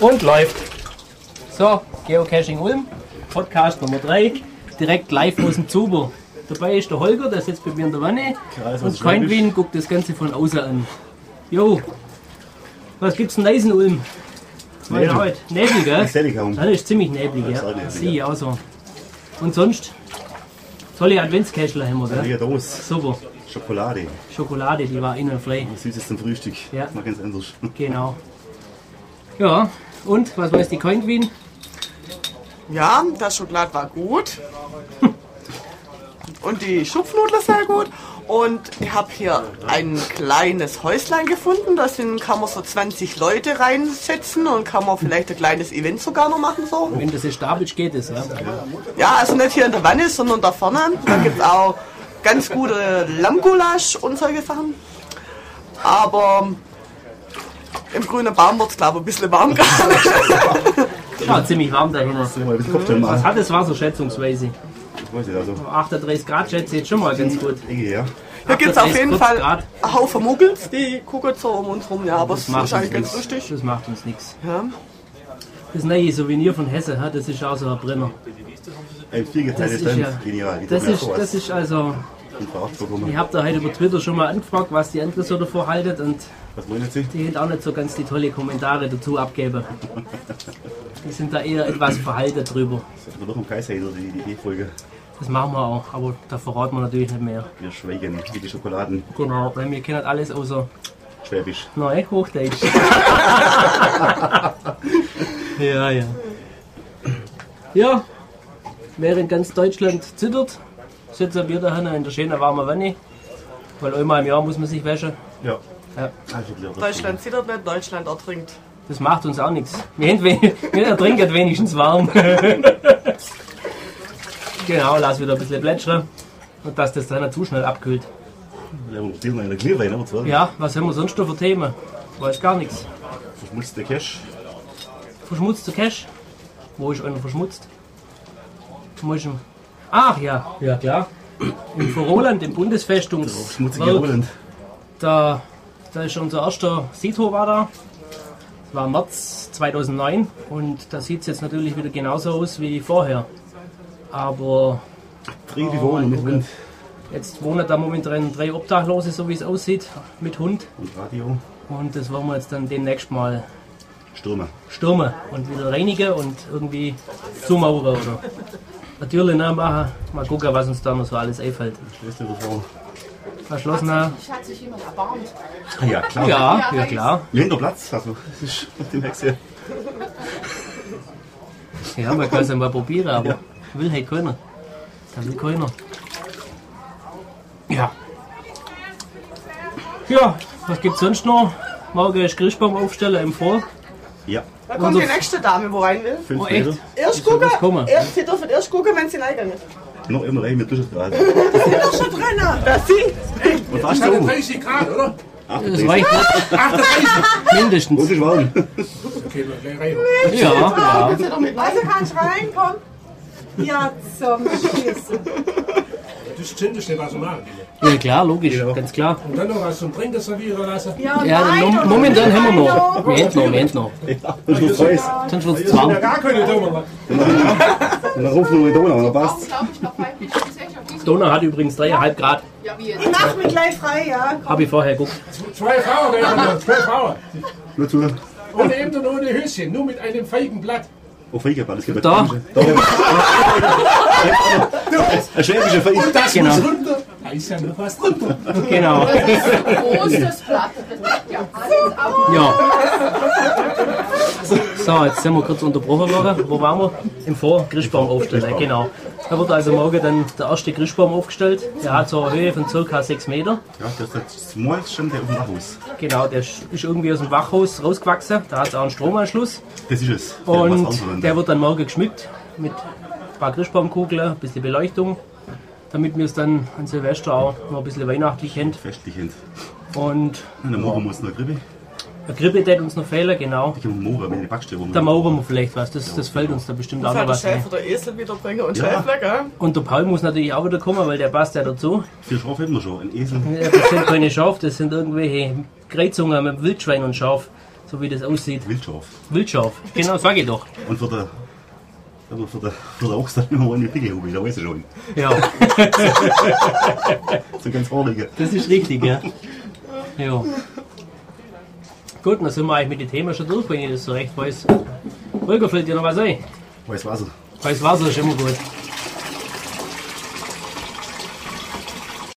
Und läuft. So, Geocaching Ulm, Podcast Nummer 3, direkt live aus dem Zuber. Dabei ist der Holger, der sitzt bei mir in der Wanne. Kreis aus und Coinwin Schwäbisch. guckt das Ganze von außen an. Jo, was gibt's denn nice in Ulm? Heute Nebel. Arbeit. Nebel, gell? Ich seh dich kaum. Das ist ziemlich neblig, ist ja. auch neblig, Sie, ja. auch so. Und sonst? Tolle Adventskästler haben wir, gell? Rigados, Super. Schokolade. Schokolade, die war innen frei. Das Süßes zum Frühstück. Ja. Mal ganz anders. Genau. Ja, und was weiß die Coin Queen? Ja, das Schokolad war gut. Und die Schupfnudler sehr gut. Und ich habe hier ein kleines Häuslein gefunden. Da sind, kann man so 20 Leute reinsetzen und kann man vielleicht ein kleines Event sogar noch machen. So. Wenn das in Stabisch geht, es ja. Ja, also nicht hier in der Wanne, sondern da vorne. Da gibt es auch ganz gute Lammgulasch und solche Sachen. Aber im grünen Baum wird es, glaube ich, ein bisschen warm gerade. War ziemlich warm da hinten. Mal ein bisschen Kopfschirm machen. Hat Ah, das war so schätzungsweise. Ich weiß nicht, also. 38 Grad schätze ich jetzt schon mal ganz gut. Ecke, ja. Hier gibt es auf 38 jeden Grad Fall Grad. einen Haufen Muggels, die gucken so um uns rum. Ja, aber es ist macht eigentlich uns ganz nichts. lustig. Das macht uns nichts. Ja. Das neue Souvenir von Hesse, ha, das ist auch so ein Brenner. Ein viergeteilte Das ist Stand. ja- Genial. Die Das tun mir ist, auch was. das ist also, Ich bin verarscht vorgekommen. ich habe da heute über Twitter schon mal angefragt, was die anderen so davor haltet und Was meinen Sie? die hätten auch nicht so ganz die tolle Kommentare dazu abgeben. Die sind da eher etwas verhalten drüber. Das ist doch im Kaiserhändler, die die E-Folge. Das machen wir auch, aber da verraten wir natürlich nicht mehr. Wir schweigen. Wie die Schokoladen. Genau, weil wir kennen alles außer Schwäbisch. Nein, Hochdeutsch. ja, ja. Ja, während ganz Deutschland zittert, sitzen wir da hinten in der schönen warmen Wanne. Weil einmal im Jahr muss man sich waschen. Ja. Ja. Also, klar, das Deutschland zittert nicht, Deutschland ertrinkt. Das macht uns auch nichts. Wir, haben we- wir ertrinken wenigstens warm. genau, lass wieder ein bisschen plätschern. Und dass das dann zu schnell abkühlt. Wir haben noch Dirn in der Glühwein, aber zwar. Ja, was haben wir sonst noch für Themen? Weiß gar nichts. Verschmutzte Cash. Verschmutzter Cash. Wo ist einer verschmutzt? Wo ist ein- Ach ja, ja klar. Im Vorroland, im Schmutzige Bundesfestungswerk, Roland. da, da ist unser erster Sito war da. Das war im März 2009 und da sieht es jetzt natürlich wieder genauso aus wie vorher. Aber Trink Oh die Wohnung mit Hund. jetzt wohnen da momentan drei Obdachlose, so wie es aussieht, mit Hund. Und Radio. Und das wollen wir jetzt dann demnächst mal Stürmer. stürmen und wieder reinigen und irgendwie zumauern oder natürlich ne, machen. Mal gucken, was uns da noch so alles einfällt. Schlechte Frau. Verschlossen haben? Hat sich jemand erbarmt. Ah Ja, klar. Ja, ja klar. Linker Platz. Also, das ist auf dem Hexe. Ja, man kann es ja mal probieren, aber Ja. will halt keiner. Da will keiner. Ja. Ja, was gibt's sonst noch? Morgen ist Christbaum aufstellen im Vor. Ja. Da kommt die nächste Dame, wo rein will. Fünf Oh, echt? Meter. Erst soll gucken, das kommen? erst, sie dürfen erst gucken, wenn sie reingegangen ist. Noch immer rein, wir duschen gerade. Schon drinnen, das sie. Und fast du? 30 Grad, oder? Ach, Das reicht nicht. Mindestens. ist warm. Okay, wir gleich rein. Ja, ja. Also kannst reinkommen. Ja, zum Schießen. Das Zinn ist nicht was zum Machen. ja klar, logisch, ganz klar. Und dann noch was zum Trinken servieren lassen. Ja, dann oh, mom- momentan haben wir noch. Wir hätten noch, wir hätten noch. Ja, das ist heiß. Sonst wird es Ich ja warm. gar keine Dummer. Und dann rufen wir die Donau, dann passt. glaube ich, noch bei Menschen ist echt auf diese. Donau hat übrigens 3,5 Grad. Ja, wie jetzt? Ich mach mich gleich frei, ja. Habe ich vorher geguckt. Zwei Frauen wären noch, zwei Frauen. Nur zu. Ohne Hemd und ohne Höschen, nur mit einem feigen Blatt. Oh, Feigeball, es gibt Da. eine komische- Da. Ein schwäbischer Feigeball. Das Genau. muss runter. Da ist ja noch was drunter. Genau. Großes Blatt. Ja, also alles auf. Ja. So, jetzt sind wir kurz unterbrochen worden. Wo waren wir? Im Vor Christbaum aufstellen, genau. Da wird also morgen dann der erste Christbaum aufgestellt. Der hat so eine Höhe von ca. 6 Meter. Ja, das ist das Smallste der auf dem Nachhaus. Genau, der ist irgendwie aus dem Wachhaus rausgewachsen. Da hat es auch einen Stromanschluss. Das ist es. Der passt auch so Und rein. der wird dann morgen geschmückt mit ein paar Christbaumkugeln, ein bisschen Beleuchtung, damit wir es dann an Silvester auch noch ein bisschen weihnachtlich haben. Festlich hin. Und Und dann machen wir uns noch Grippe. eine Grippe tät uns noch fehlen, genau. Ich kann Mora mit den Backstäben. Da mauern wir vielleicht was, das, das fällt uns da bestimmt auch Ich noch soll den was ein. Chef oder Esel wiederbringen und Ja. Schäfle, gell? Und der Paul muss natürlich auch wieder kommen, weil der passt ja dazu. Vier Schafe hätten wir schon. Ein Esel. Ja, Das sind keine Schafe, das sind irgendwelche Kreuzungen mit Wildschwein und Schaf. So so wie das aussieht. Wildschaf. Wildschaf, genau, sag ich doch. Und für den. Aber für den, für den Ochs dann immer mal eine Picke hubeln, da weiß ich schon. Ja, So ganz ordentlich. das ist richtig, ja. Ja. Gut, dann sind wir eigentlich mit den Themen schon durch, wenn ich das so recht weiß. Holger, fällt dir noch was ein? Weiß Wasser. Weiß Wasser ist immer gut.